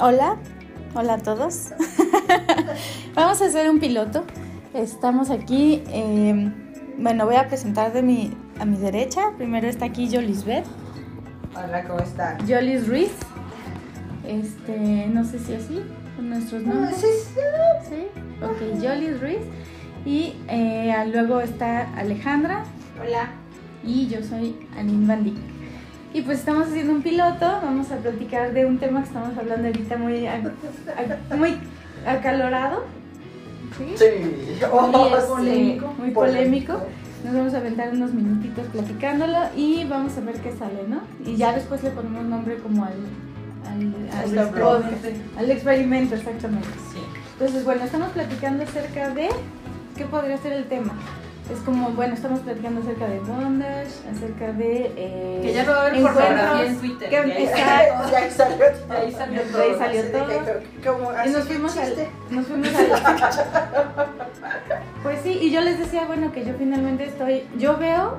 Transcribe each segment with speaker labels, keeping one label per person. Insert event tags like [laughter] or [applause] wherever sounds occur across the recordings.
Speaker 1: Hola, hola a todos. [laughs] Vamos a hacer un piloto. Estamos aquí. eh, bueno, voy a presentar de mi, a mi derecha. Primero está aquí Yolisbeth.
Speaker 2: Hola, ¿cómo están?
Speaker 1: Yolis Ruiz. Este, no sé si así, con nuestros nombres. Sí, ok, Yolis Ruiz. Y eh, luego está Alejandra.
Speaker 2: Hola.
Speaker 1: y yo soy Anin Bandic. Y pues estamos haciendo un piloto, vamos a platicar de un tema que estamos hablando ahorita muy, ac- ac- muy acalorado. ¿sí?
Speaker 2: Sí.
Speaker 1: Muy, este, muy polémico. Nos vamos a aventar unos minutitos platicándolo y vamos a ver qué sale, ¿no? Y ya después le ponemos nombre como al, al, al
Speaker 2: Hasta
Speaker 1: podcast,
Speaker 2: pronto.
Speaker 1: al experimento, exactamente.
Speaker 2: Sí.
Speaker 1: Entonces, bueno, estamos platicando acerca de qué podría ser el tema. Es como, bueno, estamos platicando acerca de bondage, acerca de... eh,
Speaker 3: Que ya no va a haber
Speaker 1: encuentros,
Speaker 3: pornografía en Twitter.
Speaker 1: que-
Speaker 3: Ya, ya.
Speaker 1: exacto.
Speaker 2: De ahí salió todo.
Speaker 3: De ahí salió
Speaker 2: Sí,
Speaker 3: todo.
Speaker 1: salió
Speaker 2: sí, de que- como
Speaker 1: Y
Speaker 2: así
Speaker 1: nos fuimos al...
Speaker 2: chiste.
Speaker 1: Nos fuimos al...
Speaker 2: [laughs]
Speaker 1: pues sí, y yo les decía, bueno, que yo finalmente estoy... Yo veo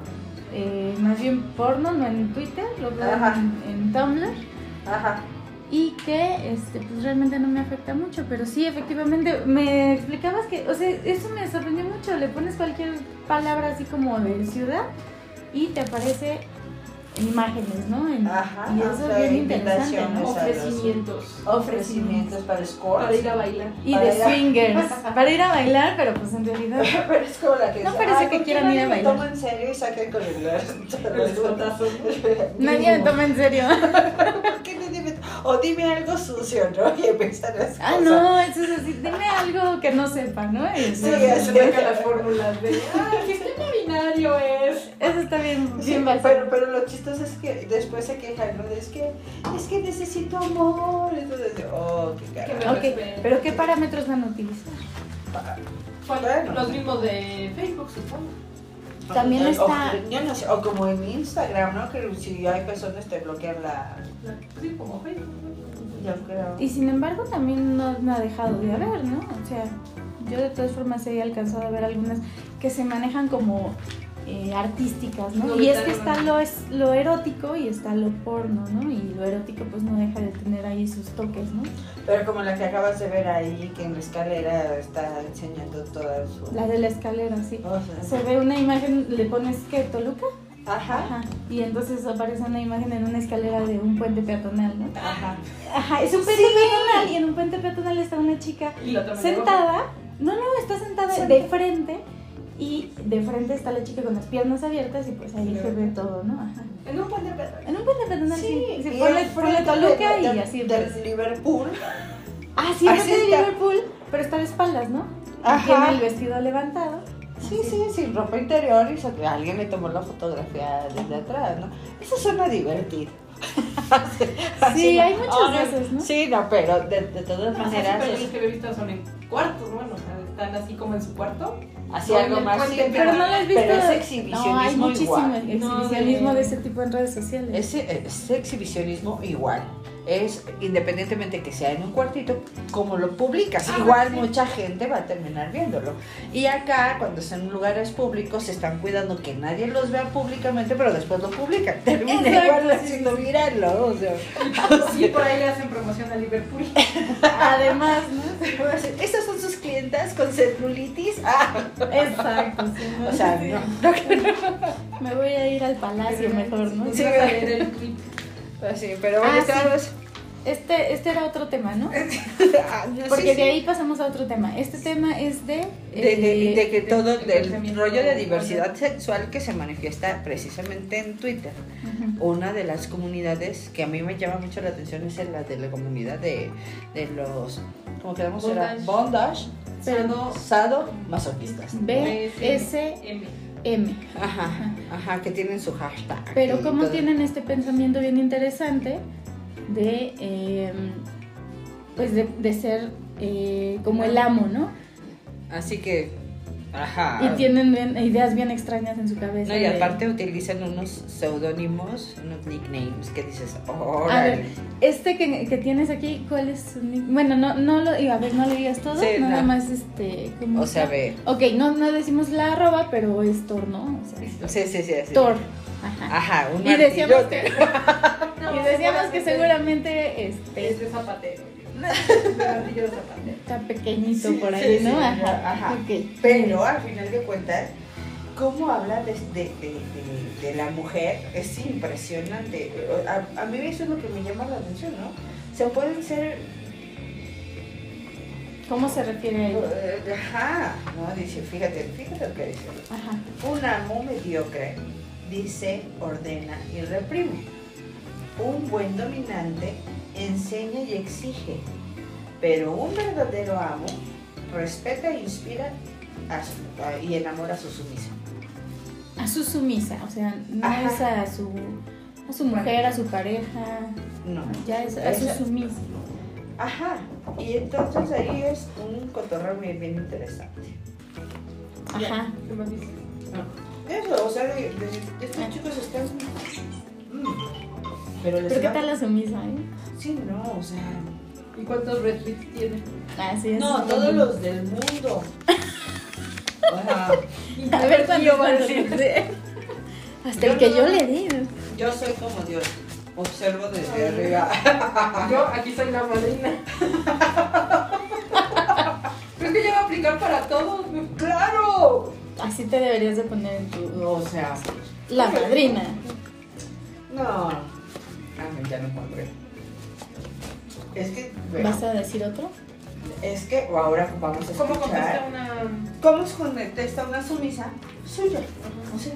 Speaker 1: eh, más bien porno, no en Twitter, lo veo
Speaker 2: Ajá.
Speaker 1: en, en Tumblr.
Speaker 2: Ajá.
Speaker 1: y que este, pues realmente no me afecta mucho, pero sí, efectivamente, me explicabas que, o sea, eso me sorprendió mucho, le pones cualquier palabra así como de ciudad y te aparece en imágenes, ¿no? En-
Speaker 2: Ajá,
Speaker 1: y
Speaker 2: o
Speaker 1: eso
Speaker 2: sea,
Speaker 1: es bien interesante,
Speaker 2: invitaciones.
Speaker 1: ¿no?
Speaker 3: Ofrecimientos.
Speaker 2: Ofrecimientos para scores.
Speaker 3: Para ir a bailar.
Speaker 1: Y
Speaker 2: Para
Speaker 1: de
Speaker 2: ir a-
Speaker 1: swingers, para ir a bailar, pero pues en
Speaker 2: [laughs]
Speaker 1: realidad...
Speaker 2: Pero es como la que
Speaker 1: No
Speaker 2: dice,
Speaker 1: parece
Speaker 2: "Ay,
Speaker 1: que
Speaker 2: ¿por qué
Speaker 1: quieran ir a
Speaker 2: nadie me
Speaker 1: bailar?"
Speaker 2: toma en serio y saca el
Speaker 1: [laughs]
Speaker 2: celular.
Speaker 3: Los
Speaker 2: [laughs]
Speaker 3: botazos.
Speaker 1: Nadie me toma en serio.
Speaker 2: ¿Por qué nadie me toma? O dime algo sucio, ¿no? Y empiezan las
Speaker 1: Ah,
Speaker 2: cosas.
Speaker 1: no, eso es así, dime algo que no sepa, ¿no? Este,
Speaker 2: Sí,
Speaker 1: Eso,
Speaker 2: así
Speaker 3: Saca las fórmulas de. ¡Ah, el sistema binario es!
Speaker 1: eso está bien,
Speaker 2: Sí,
Speaker 1: bien básico.
Speaker 2: pero, pero lo chistoso es que después se quejan, ¿no? Es que, es que necesito amor. Entonces, oh, qué
Speaker 3: Que
Speaker 2: carajo.
Speaker 3: me
Speaker 1: Ok,
Speaker 3: respeten.
Speaker 1: pero ¿qué parámetros van a utilizar?
Speaker 3: ¿Cuál?
Speaker 2: Bueno.
Speaker 3: Los mismos de Facebook, supongo.
Speaker 1: También
Speaker 2: O-
Speaker 1: está-
Speaker 2: o- yo no sé, o como en Instagram, ¿no? Que si hay personas te bloquean la...
Speaker 3: Sí, como Facebook.
Speaker 2: Yo creo.
Speaker 1: Y sin embargo también no me ha dejado de haber, ¿no? O sea, yo de todas formas he alcanzado a ver algunas que se manejan como eh, artísticas, ¿no?
Speaker 3: No,
Speaker 1: y es
Speaker 3: ahorita
Speaker 1: que
Speaker 3: no.
Speaker 1: está lo, es, lo erótico y está lo porno, ¿no? Y lo erótico pues no deja de tener ahí sus toques, ¿no?
Speaker 2: Pero como la que acabas de ver ahí, que en la escalera está enseñando toda su...
Speaker 1: La de la escalera, sí.
Speaker 2: O sea,
Speaker 1: Se ve una imagen, le pones que Toluca,
Speaker 2: Ajá.
Speaker 1: ajá, y entonces aparece una imagen en una escalera de un puente peatonal, ¿no?
Speaker 2: Ajá.
Speaker 1: Ajá, es un puente peatonal y en un puente peatonal está una chica
Speaker 3: Y la otra me
Speaker 1: sentada, no, no, está sentada de frente y de frente está la chica con las piernas abiertas y pues ahí se ve todo, ¿no? Ajá.
Speaker 3: dijo, En un pan de pedo.
Speaker 1: En un puente peatonal sí, sí,
Speaker 2: y
Speaker 1: ponle,
Speaker 2: el
Speaker 1: ponle
Speaker 2: frente
Speaker 1: Toluca
Speaker 2: de-
Speaker 1: y
Speaker 2: de-
Speaker 1: así pues.
Speaker 2: Del Liverpool.
Speaker 1: Ah, sí, es
Speaker 2: así
Speaker 1: de
Speaker 2: está.
Speaker 1: Liverpool, pero está de espaldas, ¿no? Y
Speaker 2: Ajá.
Speaker 1: Tiene el vestido levantado.
Speaker 2: Sí, sí, sin ropa interior y se- alguien le tomó la fotografía desde atrás, ¿no? Eso suena divertido.
Speaker 1: Sí, hay muchas
Speaker 2: Ah,
Speaker 1: de esas, ¿no?
Speaker 2: Sí, no, pero de, de todas
Speaker 3: O sea,
Speaker 2: maneras,
Speaker 3: siempre
Speaker 2: es-
Speaker 3: los que veo ahorita son en cuartos, bueno, o sea, están así como en su cuarto. [laughs]
Speaker 2: así
Speaker 3: o en
Speaker 2: algo
Speaker 3: el
Speaker 2: más.
Speaker 3: puente,
Speaker 2: sí,
Speaker 1: Pero no lo has visto.
Speaker 2: Pero es
Speaker 1: No, hay
Speaker 2: exhibicionismo
Speaker 1: muchísimo
Speaker 2: igual.
Speaker 1: exhibicionismo
Speaker 3: No,
Speaker 1: de
Speaker 3: de-
Speaker 1: ese tipo en redes sociales.
Speaker 2: Es, es exhibicionismo igual. Es independientemente que sea en un cuartito, como lo publicas.
Speaker 3: Ah,
Speaker 2: igual
Speaker 3: sí.
Speaker 2: mucha gente va a terminar viéndolo. Y acá, cuando están en lugares públicos, se están cuidando que nadie los vea públicamente, pero después lo publican. Termina
Speaker 1: Exacto,
Speaker 2: igual
Speaker 1: sí,
Speaker 2: haciendo mirarlo. O sea,
Speaker 3: Y por ahí le hacen promoción a Liverpool.
Speaker 1: Además, ¿no?
Speaker 2: estas son sus clientas con celulitis. Ah,
Speaker 1: Exacto, sí, ¿no?
Speaker 2: o sea,
Speaker 1: Sí.
Speaker 2: no. no
Speaker 1: Me voy a ir al
Speaker 3: Ah,
Speaker 1: palacio mejor, ¿no?
Speaker 3: Nos
Speaker 2: Sí.
Speaker 3: vas a leer el clip.
Speaker 2: creo. Pues Sí, pero
Speaker 1: Ah,
Speaker 2: bueno,
Speaker 1: sí.
Speaker 2: claro,
Speaker 1: [laughs] Este, este era otro tema, ¿no?
Speaker 2: es- ah, no, sí,
Speaker 1: Porque
Speaker 2: sí.
Speaker 1: de ahí pasamos a otro tema. Este tema es de...
Speaker 2: de, de-
Speaker 1: eh,
Speaker 2: de que
Speaker 3: de-
Speaker 2: todo
Speaker 3: de-
Speaker 2: el rollo de diversidad sexual que se manifiesta precisamente en Twitter.
Speaker 1: ujú.
Speaker 2: Una de las comunidades que a mí me llama mucho la atención es la de la comunidad de, de los, ¿cómo quedamos? Era bondage,
Speaker 1: Pero
Speaker 3: Sado
Speaker 2: sado, masoquistas.
Speaker 1: BSM.
Speaker 3: M.
Speaker 2: Ah, Ajá, ajá, que tienen su hashtag.
Speaker 1: Pero
Speaker 2: y
Speaker 1: ¿cómo
Speaker 2: todo.
Speaker 1: tienen este pensamiento bien interesante de... eh, pues de, de ser eh, como el amo, ¿no?
Speaker 2: Así que, ajá.
Speaker 1: Y tienen bien- ideas bien extrañas en su cabeza.
Speaker 2: Ah. No, y
Speaker 1: de-
Speaker 2: aparte utilizan unos seudónimos, unos nicknames que dices,
Speaker 1: A ver,
Speaker 2: órale.
Speaker 1: este que, que tienes aquí, ¿cuál es su nick? Bueno, no, no lo... y A ver, no le digas todo,
Speaker 2: Sí,
Speaker 1: nada
Speaker 2: no.
Speaker 1: más este... como-
Speaker 2: O sea, ve.
Speaker 1: Ok, no, no decimos la arroba, pero es Thor, ¿no? O sea, es
Speaker 2: Sí, sí, sí. sí.
Speaker 1: Thor. Ajá.
Speaker 2: Ajá, un
Speaker 1: Y decíamos
Speaker 2: martillote.
Speaker 1: que, y decíamos que seguramente este,
Speaker 3: [laughs] Es de zapatero.
Speaker 2: barrillos de papel.
Speaker 1: Está pequeñito
Speaker 2: Sí,
Speaker 1: por
Speaker 2: sí,
Speaker 1: ahí,
Speaker 2: sí,
Speaker 1: ¿no?
Speaker 2: sí,
Speaker 1: Ajá.
Speaker 2: ajá.
Speaker 1: Ok.
Speaker 2: Pero al final de cuentas, cómo habla de, de- de- de- de la mujer es impresionante. A, a mí eso es lo que me llama la atención, ¿no? Se pueden ser.
Speaker 1: ¿Cómo se refiere a ello?
Speaker 2: eh, ajá, ¿no? Dice, fíjate, fíjate lo que dice.
Speaker 1: Ajá.
Speaker 2: Un amo mediocre dice, ordena y reprime. Un buen dominante enseña y exige. Pero un verdadero amo respeta e inspira a su- a- y enamora a su sumisa.
Speaker 1: A su sumisa, o sea, no
Speaker 2: Ajá.
Speaker 1: es a su, a su mujer, a su pareja,
Speaker 2: No.
Speaker 1: ya es a su
Speaker 2: Esa-
Speaker 1: sumisa.
Speaker 2: Ajá. Y entonces ahí es un cotorreo bien, bien interesante.
Speaker 1: Ajá.
Speaker 3: ¿Qué más dices?
Speaker 2: Eso, o sea, de- de-
Speaker 1: Ah.
Speaker 2: estos chicos están. mm, pero les
Speaker 1: Pero ¿qué
Speaker 2: va-
Speaker 1: tal la sumisa, eh?
Speaker 2: Sí, no, o sea.
Speaker 3: ¿Y cuántos retweets tiene?
Speaker 1: Así es.
Speaker 2: No, todos los [laughs] del mundo. Ajá.
Speaker 1: A ver cuándo
Speaker 3: Yo,
Speaker 1: va a
Speaker 3: sí.
Speaker 1: Hasta el que
Speaker 2: Yo
Speaker 1: yo
Speaker 2: no-
Speaker 1: le di.
Speaker 2: Yo soy como Dios. Observo desde
Speaker 3: Ay.
Speaker 2: arriba.
Speaker 3: Yo aquí soy la madrina. [laughs] Creo que ya va a aplicar para todos. ¿no?
Speaker 2: ¡Claro!
Speaker 1: Así te deberías de poner en tu...
Speaker 2: O sea,
Speaker 1: La madrina.
Speaker 2: no. Ah, no, ya no encontré. Es que, bueno,
Speaker 1: ¿Vas a decir otro?
Speaker 2: es que ahora vamos a
Speaker 3: ¿Cómo
Speaker 2: escuchar.
Speaker 3: contesta una.?
Speaker 2: ¿Cómo se contesta una sumisa suya? O sea,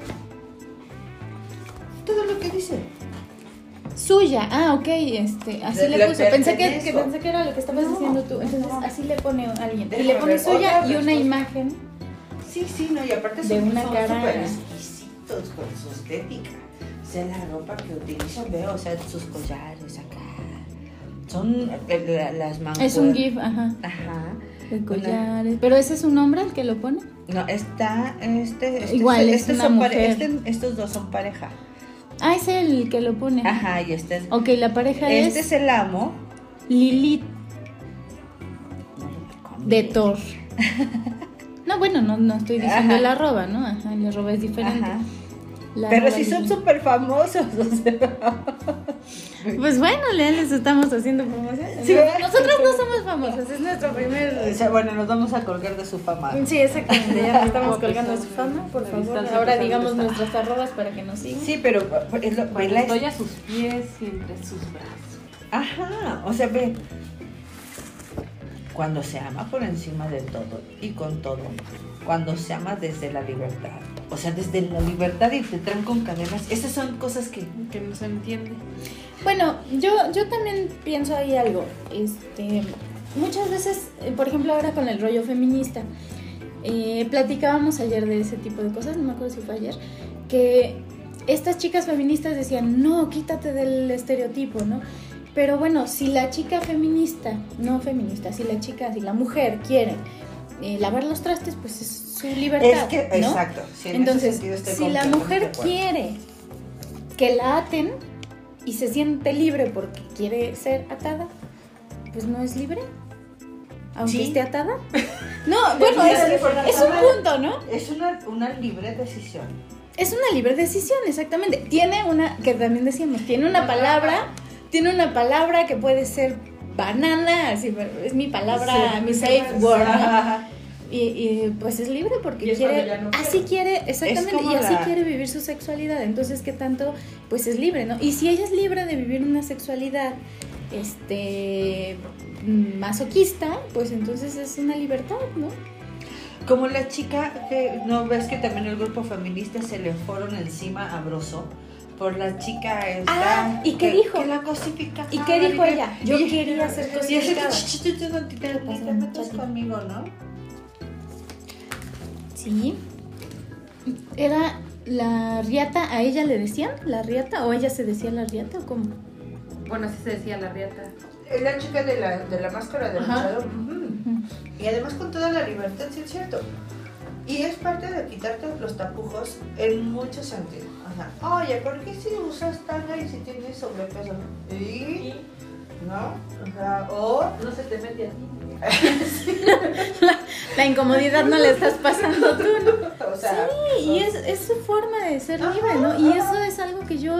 Speaker 2: todo lo que dice.
Speaker 1: Suya, ah, ok, este, así
Speaker 2: Le-
Speaker 1: le,
Speaker 2: le
Speaker 1: puso. Pensé que, que
Speaker 2: pertenezco.
Speaker 1: pensé que era lo que estabas
Speaker 2: No,
Speaker 1: diciendo tú. Entonces,
Speaker 2: no.
Speaker 1: así le pone alguien. y
Speaker 2: Déjame
Speaker 1: le pone
Speaker 2: ver, otra
Speaker 1: suya y
Speaker 2: respuesta.
Speaker 1: una imagen.
Speaker 2: Sí, sí, no, y aparte
Speaker 1: De
Speaker 2: son,
Speaker 1: una
Speaker 2: son
Speaker 1: cara-
Speaker 2: súper exquisitos con su estética. O sea, la ropa que utilizan, veo, o sea, sus collares acá. Son eh, la- las mangas.
Speaker 1: Es un GIF, ajá.
Speaker 2: Ajá.
Speaker 1: El collar. Pero ese es un hombre el que lo pone.
Speaker 2: No, está este. este
Speaker 1: Igual, es una
Speaker 2: son pare-
Speaker 1: mujer.
Speaker 2: este- estos dos son pareja.
Speaker 1: Ah, es el que lo pone.
Speaker 2: Ajá, y este es.
Speaker 1: Ok, la pareja
Speaker 2: Este
Speaker 1: es
Speaker 2: es el amo.
Speaker 1: Lilith
Speaker 2: No lo recomiendo.
Speaker 1: de Thor. No, bueno, no, no estoy diciendo
Speaker 2: Ajá.
Speaker 1: la arroba, ¿no? Ajá, la arroba es diferente.
Speaker 2: Ajá.
Speaker 1: La
Speaker 2: Pero
Speaker 1: arroba
Speaker 2: si
Speaker 1: es
Speaker 2: son
Speaker 1: diferente.
Speaker 2: súper famosos, o sea.
Speaker 1: Pues bueno, Lea, les estamos haciendo promoción.
Speaker 2: Sí, ¿verdad?
Speaker 1: Nosotros no somos famosos, es nuestro primer...
Speaker 2: O sea, Bueno, nos vamos a colgar de su fama.
Speaker 1: Sí, exactamente, ya nos estamos
Speaker 3: Como
Speaker 1: colgando de su
Speaker 3: persona,
Speaker 1: fama, por
Speaker 3: la
Speaker 1: favor.
Speaker 3: distancia
Speaker 2: pues
Speaker 1: Ahora
Speaker 3: personal
Speaker 1: digamos
Speaker 3: está-
Speaker 1: nuestras arrobas para que nos sigan.
Speaker 2: Sí, pero eh, es lo-
Speaker 3: Cuando
Speaker 2: vela
Speaker 3: estoy a sus pies y entre sus brazos.
Speaker 2: Ajá, o sea, ve. Cuando se ama por encima de todo y con todo. Cuando se ama desde la libertad. O sea, desde la libertad y te traen con cadenas. Esas son cosas que.
Speaker 3: Que no se entiende.
Speaker 1: Bueno, yo, yo también pienso ahí algo. Este, muchas veces, eh, por ejemplo, ahora con el rollo feminista, eh, platicábamos ayer de ese tipo de cosas, no me acuerdo si fue ayer, que estas chicas feministas decían, no, quítate del estereotipo, ¿no? Pero bueno, si la chica feminista, no feminista, si la chica, si la mujer quiere eh, lavar los trastes, pues es su libertad.
Speaker 2: Es que,
Speaker 1: ¿no?
Speaker 2: exacto. sí, en ese
Speaker 1: Entonces,
Speaker 2: sentido estoy
Speaker 1: si la
Speaker 2: completamente de
Speaker 1: mujer
Speaker 2: acuerdo.
Speaker 1: quiere que la aten y se siente libre porque quiere ser atada, pues no es libre. Aunque
Speaker 2: Sí.
Speaker 1: esté
Speaker 2: [laughs]
Speaker 1: atada. No, bueno, es, es un punto, ¿no?
Speaker 2: Es una, una libre decisión.
Speaker 1: Es una libre decisión, exactamente. Tiene una, que también decíamos, tiene una palabra, tiene una palabra que puede ser banana, así, es mi palabra,
Speaker 2: Sí,
Speaker 1: mi
Speaker 2: sí,
Speaker 1: safe
Speaker 2: sí.
Speaker 1: word, ¿no?
Speaker 2: Ajá.
Speaker 1: Y, y, pues es libre porque
Speaker 3: Y es
Speaker 1: quiere,
Speaker 3: cuando ya no
Speaker 1: así quiere, exactamente,
Speaker 2: como
Speaker 1: y así
Speaker 2: la-
Speaker 1: quiere vivir su sexualidad. Entonces, ¿qué tanto? Pues es libre, ¿no? Y si ella es libre de vivir una sexualidad, este, mm, masoquista, pues entonces es una libertad, ¿no?
Speaker 2: Como la chica que no ves que también el grupo feminista se le fueron encima a Broso por la chica esta
Speaker 1: Ah, ¿y qué
Speaker 2: que-
Speaker 1: dijo?
Speaker 2: que la Pues cosificaba.
Speaker 3: Ah,
Speaker 1: ¿Y qué dijo ella? Yo
Speaker 2: Y-
Speaker 1: quería ser
Speaker 2: Y ese
Speaker 1: cosificada.
Speaker 2: "Ch, ch, ch, ch, no te- te-
Speaker 1: Pasa
Speaker 2: te
Speaker 1: un
Speaker 2: metas
Speaker 1: chatito.
Speaker 2: conmigo, ¿no?
Speaker 1: Sí. Era la riata, ¿a ella le decían la riata? ¿O ella se decía la riata o cómo?
Speaker 3: Bueno, así se decía la riata.
Speaker 2: Es La chica de la, de la máscara del
Speaker 3: Ajá.
Speaker 2: luchador. Ujú. Y además con toda la libertad, sí es cierto. Y es parte de quitarte los tapujos en muchos sentidos. Ajá. Oye, ¿por qué si usas tanga y si tienes sobrepeso? ¿Y? ¿No? O sea, o
Speaker 3: No se te mete a ti.
Speaker 1: La incomodidad no le estás pasando tú, ¿no?
Speaker 2: O sea,
Speaker 1: Sí, y es, es su forma de ser
Speaker 2: Ajá,
Speaker 1: libre, ¿no? Y
Speaker 2: ajá.
Speaker 1: eso es algo que yo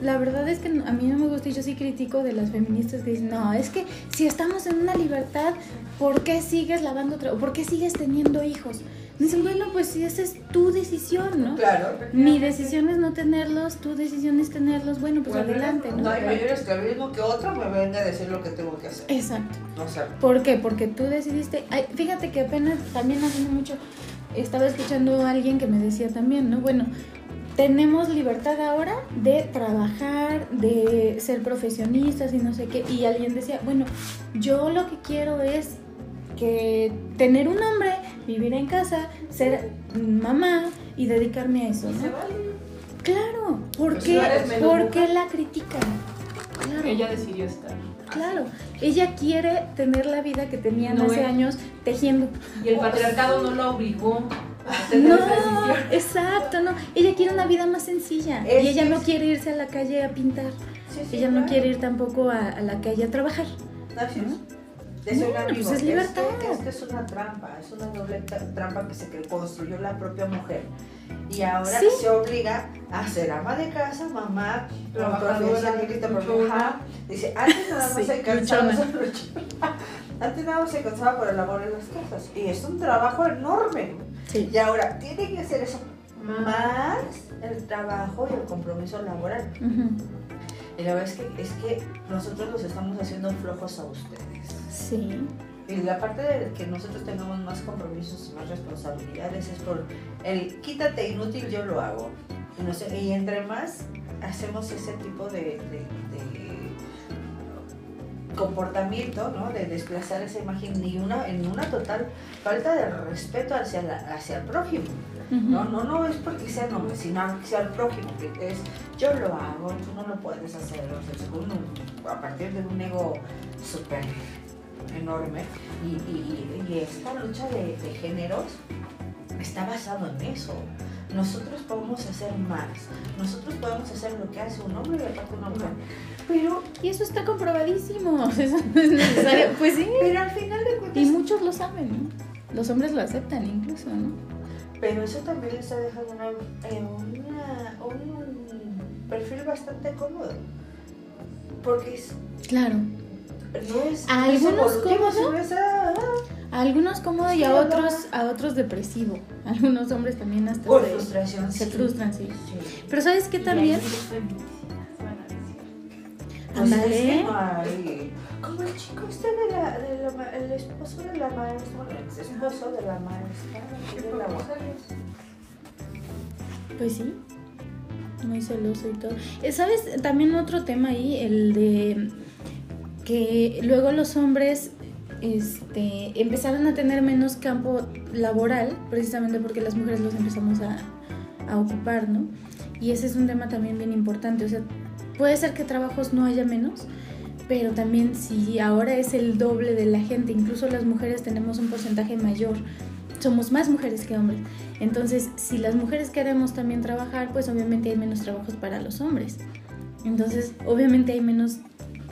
Speaker 1: la verdad es que a mí no me gusta y yo sí critico de las feministas que dicen, no, es que si estamos en una libertad, ¿por qué sigues lavando trapo? ¿Por qué sigues teniendo hijos? Me dicen, bueno, pues si esa es tu decisión, ¿no?
Speaker 2: Claro.
Speaker 1: Mi decisión es no tenerlos, tu decisión es tenerlos, bueno, pues
Speaker 3: Bueno,
Speaker 1: adelante, ¿no?
Speaker 2: No hay mayor esclavismo que otro me venga a decir lo que tengo que hacer.
Speaker 1: Exacto.
Speaker 2: O sea,
Speaker 1: ¿Por qué? Porque tú decidiste. Ay, fíjate que apenas también hace no mucho estaba escuchando a alguien que me decía también, ¿no? Bueno, tenemos libertad ahora de trabajar, de ser profesionistas y no sé qué. Y alguien decía, bueno, yo lo que quiero es que tener un hombre, vivir en casa, ser mamá y dedicarme a eso,
Speaker 3: Se
Speaker 1: ¿no?
Speaker 3: vale.
Speaker 1: Claro, ¿por
Speaker 2: Pues
Speaker 1: qué,
Speaker 2: claro, es
Speaker 3: menos
Speaker 1: ¿por
Speaker 3: mujer. Ah,
Speaker 1: qué la critican? Claro.
Speaker 3: Ella decidió estar.
Speaker 1: Claro, ella quiere tener la vida que tenían
Speaker 3: No
Speaker 1: hace
Speaker 3: es.
Speaker 1: años tejiendo.
Speaker 3: Y el patriarcado no la obligó a tener
Speaker 1: No,
Speaker 3: esa decisión.
Speaker 1: exacto, no. Ella quiere una vida más sencilla.
Speaker 2: Es
Speaker 1: y ella
Speaker 2: que
Speaker 1: no
Speaker 2: es-
Speaker 1: quiere irse a la calle a pintar.
Speaker 2: sí, sí,
Speaker 1: ella no
Speaker 2: claro.
Speaker 1: quiere ir tampoco a, a la calle a trabajar.
Speaker 2: Así es.
Speaker 1: ¿No?
Speaker 2: Decía un
Speaker 1: Bueno, pues
Speaker 2: amigo,
Speaker 1: es libertad.
Speaker 2: Esto, esto es una trampa, es una doble tra- trampa que se que construyó la propia mujer. Y ahora
Speaker 1: Sí.
Speaker 2: se obliga a ser ama de casa, mamá,
Speaker 3: Trabajadora,
Speaker 2: profesionista,
Speaker 3: luchona.
Speaker 2: profesional. Dice, antes nada más
Speaker 1: Sí,
Speaker 2: se cansaba.
Speaker 1: luchona.
Speaker 2: luchona. [laughs] Antes nada más se cansaba por el amor en las cosas. Y es un trabajo enorme.
Speaker 1: Sí.
Speaker 2: Y ahora tiene que hacer eso. Más el trabajo y el compromiso laboral.
Speaker 1: Ujú.
Speaker 2: Y la verdad es que, es que nosotros los estamos haciendo flojos a ustedes.
Speaker 1: Sí.
Speaker 2: Y la parte de que nosotros tengamos más compromisos y más responsabilidades es por el quítate inútil, yo lo hago. Y, no sé, y entre más hacemos ese tipo de, de- de comportamiento, ¿no? de desplazar esa imagen y una, en una total falta de respeto hacia, la- hacia el prójimo.
Speaker 1: Ujú.
Speaker 2: No, no, no es porque sea nombre, sino que sea el prójimo, que es yo lo hago, tú no lo puedes hacer. O sea, es un- a partir de un ego súper enorme. Y, y- y- y esta lucha de, de géneros está basado en eso. Nosotros podemos hacer más, nosotros podemos hacer lo que hace un hombre y lo que hace una mujer. Pero,
Speaker 1: Y eso está comprobadísimo. [laughs] Eso no es necesario. Pues sí.
Speaker 2: pero al final de
Speaker 1: Y
Speaker 2: cuentas,
Speaker 1: muchos lo saben, ¿no? Los hombres lo aceptan incluso, ¿no?
Speaker 2: pero eso también les ha dejado una, eh, una- un perfil bastante cómodo. Porque es
Speaker 1: Claro.
Speaker 2: No es.
Speaker 1: A
Speaker 2: no es
Speaker 1: algunos
Speaker 2: evolutivo,
Speaker 1: cómodo.
Speaker 2: sino es, ah,
Speaker 1: A algunos cómodo y
Speaker 2: Sí,
Speaker 1: a
Speaker 2: ¿verdad?
Speaker 1: otros, a otros depresivo. [laughs] Algunos hombres también hasta
Speaker 2: Por
Speaker 1: se-
Speaker 2: frustración.
Speaker 1: se
Speaker 2: sí.
Speaker 1: frustran, sí.
Speaker 2: Sí.
Speaker 1: Pero ¿sabes qué
Speaker 3: Y
Speaker 1: también?
Speaker 3: ahí los feminicidas van a decir.
Speaker 2: Pues es que
Speaker 1: Ándale.
Speaker 2: no hay- Como el chico este de la, de la ma- el esposo de la maestra, bueno, el esposo de la maestra, aquí de la UAS.
Speaker 1: Pues sí. Muy celoso y todo. Eh, ¿Sabes? También otro tema ahí, el de que luego los hombres este, empezaron a tener menos campo laboral, precisamente porque las mujeres los empezamos a, a ocupar, ¿no? Y ese es un tema también bien importante. O sea, puede ser que trabajos no haya menos, pero también si ahora es el doble de la gente, incluso las mujeres tenemos un porcentaje mayor, somos más mujeres que hombres. Entonces, si las mujeres queremos también trabajar, pues obviamente hay menos trabajos para los hombres. Entonces, obviamente hay menos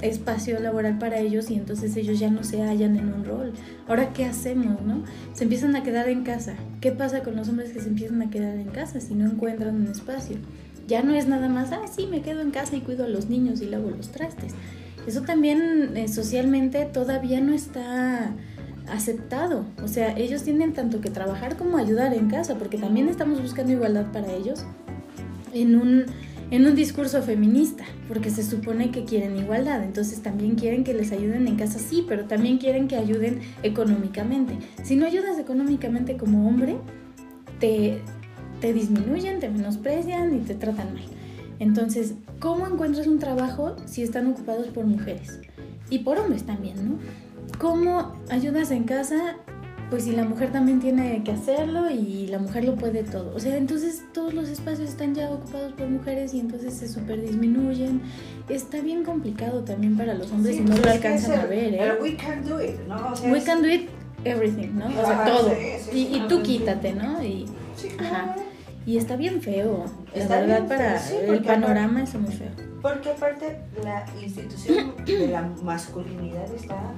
Speaker 1: espacio laboral para ellos y entonces ellos ya no se hallan en un rol. Ahora, ¿qué hacemos, no? Se empiezan a quedar en casa. ¿Qué pasa con los hombres que se empiezan a quedar en casa si no encuentran un espacio? Ya no es nada más, ah, sí, me quedo en casa y cuido a los niños y lavo los trastes. Eso también eh, socialmente todavía no está aceptado. O sea, ellos tienen tanto que trabajar como ayudar en casa, porque también estamos buscando igualdad para ellos en un, en un discurso feminista, porque se supone que quieren igualdad. Entonces también quieren que les ayuden en casa, sí, pero también quieren que ayuden económicamente. Si no ayudas económicamente como hombre, te, te disminuyen, te menosprecian y te tratan mal. Entonces, ¿cómo encuentras un trabajo si están ocupados por mujeres? Y por hombres también, ¿no? ¿Cómo ayudas en casa? Pues si la mujer también tiene que hacerlo y la mujer lo puede todo. O sea, entonces todos los espacios están ya ocupados por mujeres y entonces se super disminuyen. Está bien complicado también para los hombres
Speaker 2: Sí,
Speaker 1: y no
Speaker 2: pues
Speaker 1: lo
Speaker 2: es que
Speaker 1: alcanzan
Speaker 2: es
Speaker 1: a
Speaker 2: el-
Speaker 1: ver, ¿eh?
Speaker 2: el we can do it, ¿no? O sea,
Speaker 1: We
Speaker 2: es-
Speaker 1: can do it everything, ¿no? O sea,
Speaker 2: Ajá,
Speaker 1: todo.
Speaker 2: sí, sí,
Speaker 1: Y,
Speaker 2: sí.
Speaker 1: y tú quítate, ¿no? Y,
Speaker 2: Sí, claro.
Speaker 1: Ajá. y está bien feo. La
Speaker 2: Está
Speaker 1: verdad,
Speaker 2: bien
Speaker 1: para
Speaker 2: feo, sí,
Speaker 1: el
Speaker 2: porque aparte-
Speaker 1: panorama es muy feo.
Speaker 2: Porque aparte la institución de la masculinidad está,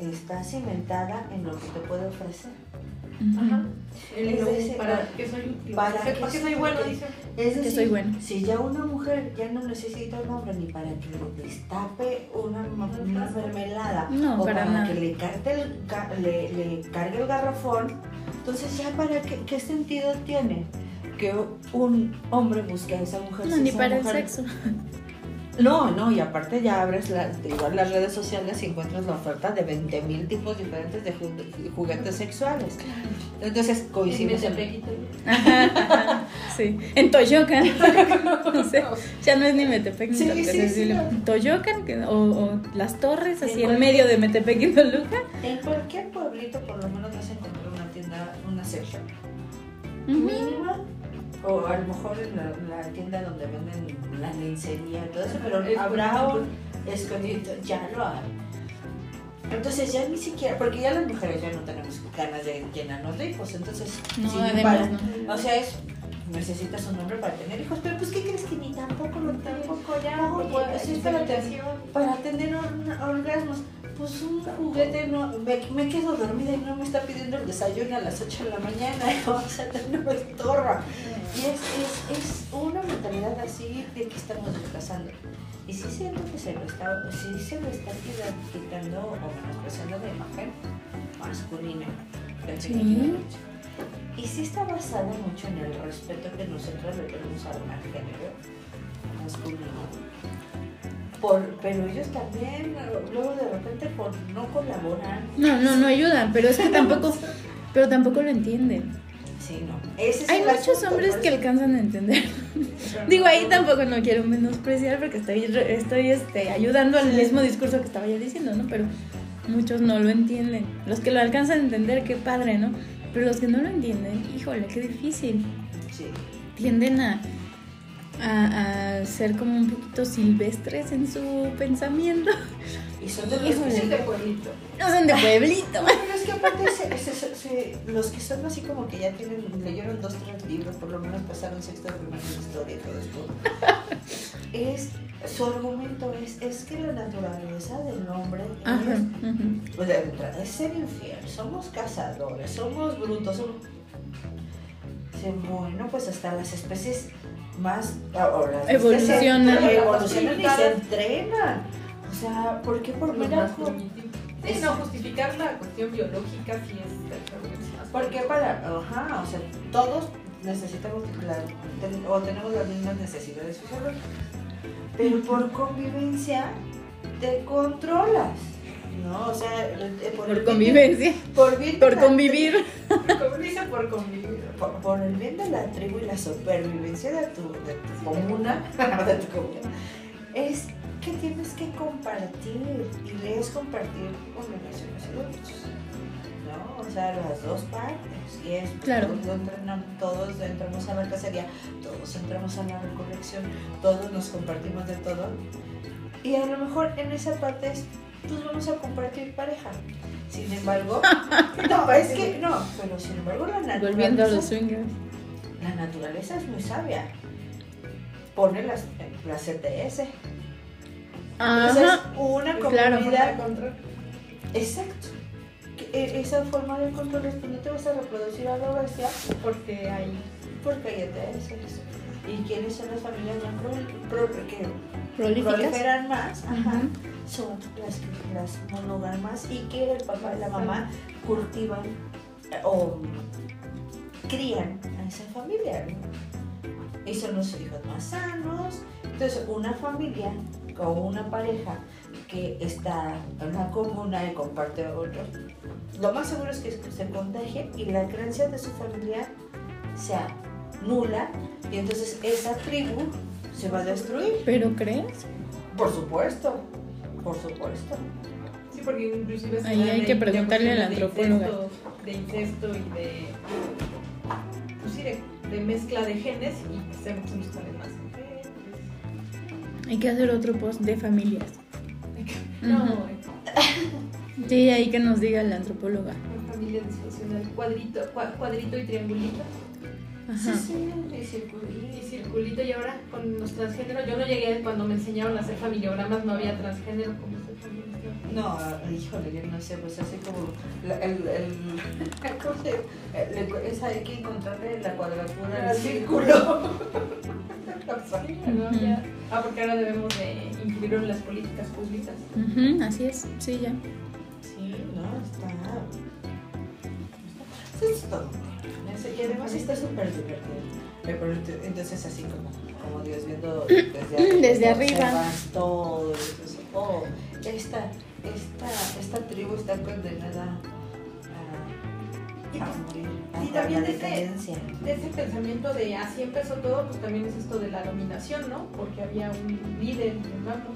Speaker 2: está cimentada en lo que te puede ofrecer.
Speaker 3: Ajá. El
Speaker 2: Es
Speaker 3: no,
Speaker 2: ese-
Speaker 3: para que soy útil.
Speaker 2: para
Speaker 3: que,
Speaker 2: que
Speaker 3: para que
Speaker 2: soy
Speaker 3: soy bueno,
Speaker 2: útil.
Speaker 3: dice.
Speaker 2: Es
Speaker 1: Que
Speaker 2: decir,
Speaker 1: soy bueno.
Speaker 2: si ya una mujer ya no necesita un hombre ni para que le destape una, ma- una mermelada
Speaker 1: No,
Speaker 2: o
Speaker 1: para
Speaker 2: para,
Speaker 1: nada.
Speaker 2: que le, carte el ga- le- le cargue el garrafón, entonces ya para qué, qué sentido tiene que un hombre busque a esa mujer.
Speaker 1: No,
Speaker 2: si
Speaker 1: ni
Speaker 2: esa
Speaker 1: para el
Speaker 2: mujer-
Speaker 1: sexo. [laughs]
Speaker 2: No, no, y aparte ya abres la- igual las redes sociales y encuentras la oferta de 20 mil tipos diferentes de ju- juguetes sexuales. Entonces
Speaker 3: Y me
Speaker 2: coincidimos
Speaker 3: se
Speaker 2: en
Speaker 3: peguita.
Speaker 1: Sí. En Toyocan. [laughs] o sea, ya [laughs] no es ni Metepec ni
Speaker 2: Sí,
Speaker 1: Toluca,
Speaker 2: sí,
Speaker 1: es
Speaker 2: sí,
Speaker 1: decir,
Speaker 2: no.
Speaker 1: Toyocan que- o, o las torres, así
Speaker 2: cualquier-
Speaker 1: en medio de Metepec y Toluca.
Speaker 2: En cualquier pueblito por lo menos vas a encontrar una tienda, una sex shop.
Speaker 1: Ujú.
Speaker 2: Mínima. O a lo mejor en la, la tienda donde venden la lencería y todo eso, pero
Speaker 3: Es
Speaker 2: habrá
Speaker 3: bonito.
Speaker 2: un escondido, ya lo hay. Entonces ya ni siquiera, porque ya las mujeres ya no tenemos ganas de llenarnos de hijos, entonces
Speaker 1: No,
Speaker 2: sí,
Speaker 1: además
Speaker 2: para-
Speaker 1: no.
Speaker 2: o sea es necesitas un hombre para tener hijos, pero pues qué crees que ni tampoco lo tengo
Speaker 3: Tampoco ya,
Speaker 2: No,
Speaker 3: porque
Speaker 2: pues, sí, espérate.
Speaker 3: atención.
Speaker 2: para tener or- orgasmos. Pues un juguete no, me, me quedo dormida y no me está pidiendo el desayuno a las 8 de la mañana, [laughs] o sea, no me estorba. Y es, es, es una mentalidad así de que estamos desplazando. Y sí siento que se lo está, sí se lo está quita- quitando o menospreciando la imagen masculina. definitivamente. Y sí está basada mucho en el respeto que nosotros le tenemos a un género masculino. Por- pero ellos también, luego de repente, por no colaboran.
Speaker 1: No, no, no ayudan, pero es
Speaker 2: [laughs]
Speaker 1: que tampoco, pero tampoco lo entienden.
Speaker 2: Sí, no. Ese es
Speaker 1: Hay
Speaker 2: el
Speaker 1: muchos
Speaker 2: asunto,
Speaker 1: hombres
Speaker 2: por
Speaker 1: que
Speaker 2: eso-
Speaker 1: alcanzan a entender. Digo, ahí tampoco no quiero menospreciar porque estoy, estoy este, ayudando al mismo discurso que estaba yo diciendo, ¿no? Pero muchos no lo entienden. Los que lo alcanzan a entender, qué padre, ¿no? Pero los que no lo entienden, híjole, qué difícil.
Speaker 2: Sí.
Speaker 1: Tienden a, a, a ser como un poquito silvestres en su pensamiento.
Speaker 2: Y son de los
Speaker 1: Híjole.
Speaker 2: que sí
Speaker 3: Es
Speaker 2: te-
Speaker 3: de pueblito.
Speaker 1: No son de pueblito.
Speaker 2: No, pero es que aparte se- se- se- los que son así como que ya tienen, leyeron dos, tres libros, por lo menos pasaron sexto de primaria de historia y todo esto. Es, su argumento es, es que la naturaleza del hombre
Speaker 1: [laughs]
Speaker 2: es-
Speaker 1: Ajá, ajá.
Speaker 2: O sea, de entrada, es ser infiel, somos cazadores, somos brutos, somos... Dice, Bueno, pues hasta las especies más... ahora, las especies
Speaker 1: Evolucionan.
Speaker 2: se- Evolucionan y se entrenan. O sea, ¿por qué por
Speaker 3: Mira,
Speaker 2: mira?
Speaker 3: sí, no justificar la cuestión biológica sí es.
Speaker 2: ¿Por qué para...? Ajá, o sea, todos necesitamos la- ten- o tenemos las mismas necesidades fisiológicas. Pero por convivencia te controlas, ¿no? O sea, eh,
Speaker 1: Por
Speaker 2: el-
Speaker 1: convivencia,
Speaker 2: Por, bien de
Speaker 1: por
Speaker 2: la-
Speaker 1: convivir.
Speaker 3: Como dice por convivir.
Speaker 2: por, por el bien de la tribu y la supervivencia de tu, de tu comuna, [laughs] de tu comuna, es que tienes que compartir y lees compartir obligaciones y derechos. ¿no? O sea, las dos partes. Y es
Speaker 1: Claro.
Speaker 2: todos, entrenam- todos entramos a la cacería, todos entramos a la recolección, todos nos compartimos de todo. Y a lo mejor en esa parte es, pues vamos a compartir pareja.
Speaker 1: [laughs]
Speaker 2: Sin embargo, no, es que no, pero sin embargo la naturaleza
Speaker 1: Volviendo a los swingers.
Speaker 2: la naturaleza es muy sabia. Pone las, las CTS. Entonces,
Speaker 1: Ajá.
Speaker 2: una
Speaker 1: Claro.
Speaker 2: comunidad. Exacto. Que e- Esa forma de control es que no te vas a reproducir a la bestia
Speaker 3: Porque hay.
Speaker 2: porque hay ETS. ¿Y quiénes son las familias más pro- pro- que
Speaker 1: Prolíficas.
Speaker 2: proliferan más? Ajá.
Speaker 1: Ajá.
Speaker 2: Son las, que- las monogamas y que el papá y la mamá cultivan eh, o crían a esa familia. ¿no? Y son los hijos más sanos. Entonces, una familia o una pareja que está en una comuna y comparte otros, lo más seguro es que se contagie y la creencia de su familia sea nula y entonces esa tribu se va a destruir.
Speaker 1: ¿Pero crees?
Speaker 2: Por supuesto, por supuesto.
Speaker 3: Sí, porque inclusive se
Speaker 1: Ahí
Speaker 3: da
Speaker 1: hay
Speaker 3: de-
Speaker 1: que
Speaker 3: de
Speaker 1: preguntarle al
Speaker 3: cuestiones de
Speaker 1: antropólogo.
Speaker 3: incesto- De incesto y de. Pues sí, de, de mezcla de genes y se nos salen más.
Speaker 1: Hay que hacer otro post de
Speaker 2: [laughs]
Speaker 1: familias.
Speaker 3: No,
Speaker 1: Sí, ahí que nos diga la antropóloga.
Speaker 3: una familia disfuncional. Cuadrito, cua- cuadrito y triangulito.
Speaker 1: Ajá.
Speaker 2: sí, y
Speaker 3: Y
Speaker 2: circulito.
Speaker 3: circulito, y ahora con los transgéneros, yo no llegué cuando me enseñaron a hacer familiogramas, no había transgénero como se familia.
Speaker 2: No, híjole, yo no sé, pues así como la- el, el, [laughs] ¿cómo se- el- esa hay que encontrarle la cuadratura al círculo. [laughs]
Speaker 3: Sí, no había- Ah, porque ahora debemos de incluirlo en las políticas públicas.
Speaker 1: Ujú, así es, sí, ya.
Speaker 2: Sí, no, está. Eso es todo. Eso, Y además está súper divertido. Me pregunto, Entonces, así como, como Dios
Speaker 1: [clears throat]
Speaker 2: viendo desde arriba.
Speaker 1: Desde
Speaker 2: te
Speaker 1: arriba.
Speaker 2: observas Todo, y dices, oh, esta, esta, esta tribu está condenada a, a morir. a-
Speaker 3: y también
Speaker 2: a la
Speaker 3: desde-
Speaker 2: decadencia.
Speaker 3: De ese pensamiento de así empezó todo, pues también es esto de la dominación, ¿no? Porque había un líder en el banco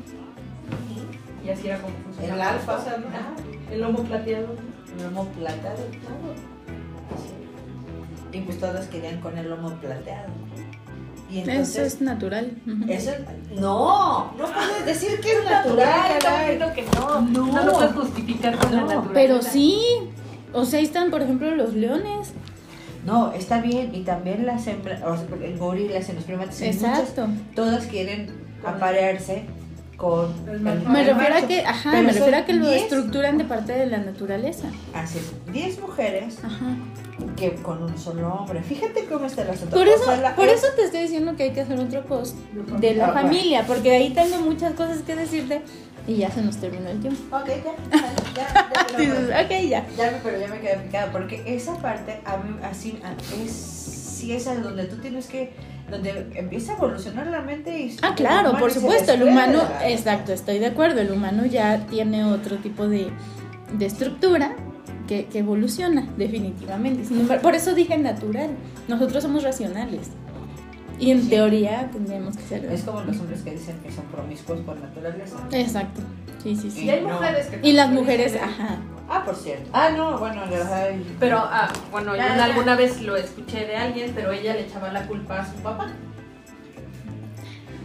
Speaker 3: y así era como funcionaba.
Speaker 2: El alfa.
Speaker 3: ¿no? Ajá, el lomo plateado.
Speaker 2: El lomo plateado, claro. Sí. Y pues todos querían con el lomo plateado. Y entonces,
Speaker 1: Eso es natural. ujú.
Speaker 2: Eso es- no, no puedes decir que es natural.
Speaker 3: Natural, claro que no.
Speaker 2: No.
Speaker 3: No lo puedes justificar con la
Speaker 2: No,
Speaker 3: naturaleza.
Speaker 1: Pero sí, o sea, ahí están, por ejemplo, los leones.
Speaker 2: No, está bien. Y también las hembras, o sea, en gorilas, en los primates, en muchas,
Speaker 1: Exacto.
Speaker 2: todas quieren aparearse con
Speaker 3: El macho.
Speaker 1: Me
Speaker 2: el
Speaker 1: refiero a
Speaker 2: macho.
Speaker 1: que, ajá,
Speaker 2: Pero
Speaker 1: me
Speaker 2: son
Speaker 1: refiero a que lo
Speaker 2: 10.
Speaker 1: estructuran de parte de la naturaleza.
Speaker 2: Así es, 10 mujeres
Speaker 1: Ajá.
Speaker 2: que con un solo hombre. Fíjate cómo está el asunto.
Speaker 1: Por
Speaker 2: O
Speaker 1: eso,
Speaker 2: sea, la-
Speaker 1: por eso te estoy diciendo que hay que hacer otro post de la
Speaker 2: Ah, va.
Speaker 1: familia, porque ahí tengo muchas cosas que decirte y ya se nos terminó el tiempo.
Speaker 2: Ok, ya, ya, ya, ya me lo
Speaker 1: Dices,
Speaker 2: voy.
Speaker 1: ok, ya.
Speaker 2: Ya, me- pero ya me quedé picada porque esa parte a mí- así a- es sí es a donde tú tienes que donde empieza a evolucionar la mente y
Speaker 1: Ah,
Speaker 2: el
Speaker 1: claro,
Speaker 2: humano
Speaker 1: por
Speaker 2: se
Speaker 1: supuesto, el
Speaker 2: desprende
Speaker 1: humano,
Speaker 2: de la-
Speaker 1: exacto, estoy de acuerdo, el humano ya tiene otro tipo de, de estructura que, que evoluciona, definitivamente. Sin embargo, por eso dije natural, nosotros somos racionales y en
Speaker 2: Sí.
Speaker 1: teoría tendríamos que ser...
Speaker 2: Es como los hombres que dicen que son promiscuos por naturaleza.
Speaker 1: Exacto, sí, sí, sí.
Speaker 3: Y hay
Speaker 2: No.
Speaker 3: mujeres que...
Speaker 1: Y las mujeres, ajá.
Speaker 2: Ah, por cierto. Ah, no, bueno, las hay.
Speaker 3: Pero, ah, bueno, yo
Speaker 2: Ya, ya.
Speaker 3: alguna vez lo escuché de alguien, pero ella le echaba la culpa a su papá.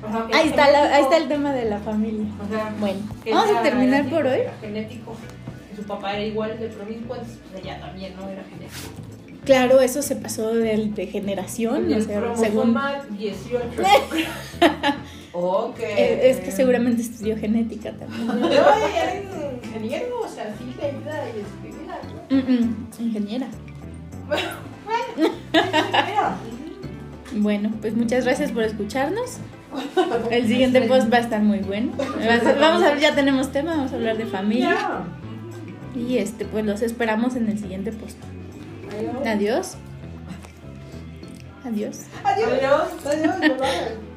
Speaker 3: O sea, que
Speaker 1: Ahí
Speaker 3: es
Speaker 1: está, la- ahí
Speaker 3: genético.
Speaker 1: está el tema de la familia.
Speaker 3: O sea,
Speaker 1: Bueno,
Speaker 3: que
Speaker 1: vamos
Speaker 3: ella
Speaker 1: a terminar
Speaker 3: era
Speaker 1: por hoy.
Speaker 3: genético, era Genético. Y Su papá era igual de promiscuo, entonces pues, ella también no era genético.
Speaker 1: Claro, eso se pasó de, de generación,
Speaker 3: Y
Speaker 1: o
Speaker 3: el
Speaker 1: sea, según...
Speaker 3: cromosoma 18.
Speaker 2: Ok.
Speaker 1: eh, es que seguramente estudió genética también.
Speaker 3: No, ella era ingeniero, o sea, sí le ayuda y escribía, ¿no?
Speaker 1: Mm, mm, ingeniera.
Speaker 2: Mira,
Speaker 1: Bueno, pues muchas gracias por escucharnos. El siguiente post va a estar muy bueno. Va a ser- Vamos a ya tenemos tema, vamos a hablar de familia.
Speaker 2: mira.
Speaker 1: Y este, pues los esperamos en el siguiente post. Adiós. Adiós.
Speaker 2: Adiós. Adiós. Adiós. bye.